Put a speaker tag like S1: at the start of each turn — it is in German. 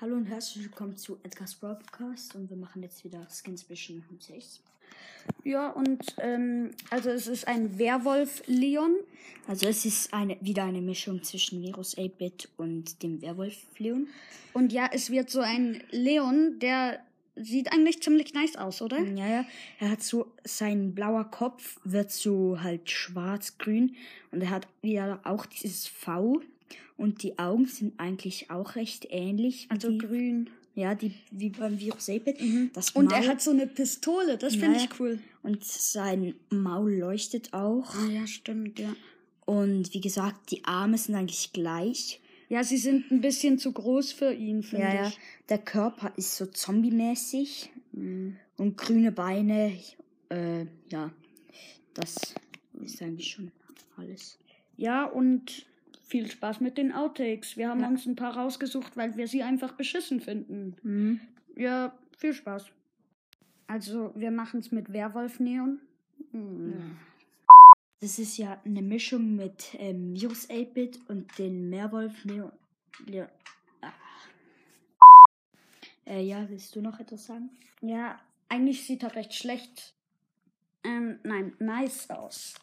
S1: Hallo und herzlich willkommen zu Edgar's Broadcast und wir machen jetzt wieder Skins zwischen 6.
S2: Ja, und ähm, also es ist ein Werwolf Leon.
S1: Also es ist eine, wieder eine Mischung zwischen Virus 8-Bit und dem Werwolf Leon.
S2: Und ja, es wird so ein Leon, der sieht eigentlich ziemlich nice aus, oder?
S1: Ja, ja. Er hat so, sein blauer Kopf wird so halt schwarz-grün und er hat wieder auch dieses V und die Augen sind eigentlich auch recht ähnlich. wie
S2: Also
S1: die,
S2: grün. Mhm.
S1: ja, die, wie beim Virus 8-Bit. Das
S2: Und
S1: Maul-
S2: er hat so eine Pistole, das
S1: Ja,
S2: finde
S1: ja.
S2: ich cool.
S1: und sein Maul leuchtet auch.
S2: Ja, stimmt, ja.
S1: Und wie gesagt, die Arme sind eigentlich gleich.
S2: Ja, sie sind ein bisschen zu groß für ihn, finde
S1: Ja, ja.
S2: ich.
S1: Der Körper ist so zombie-mäßig und grüne Beine. Äh, ja, das ist eigentlich schon alles.
S2: Ja, und viel Spaß mit den Outtakes. Wir haben
S1: Ja.
S2: uns ein paar rausgesucht, weil wir sie einfach beschissen finden.
S1: Mhm.
S2: Ja, viel Spaß. Also, wir machen es mit Werwolf Neon. Mhm.
S1: Das ist ja eine Mischung mit ähm, Virus 8-Bit und den Meerwolf Leon. Leon. Ah. Äh, ja, willst du noch etwas sagen?
S2: Ja, eigentlich sieht er recht schlecht. Ähm, nein, nice aus.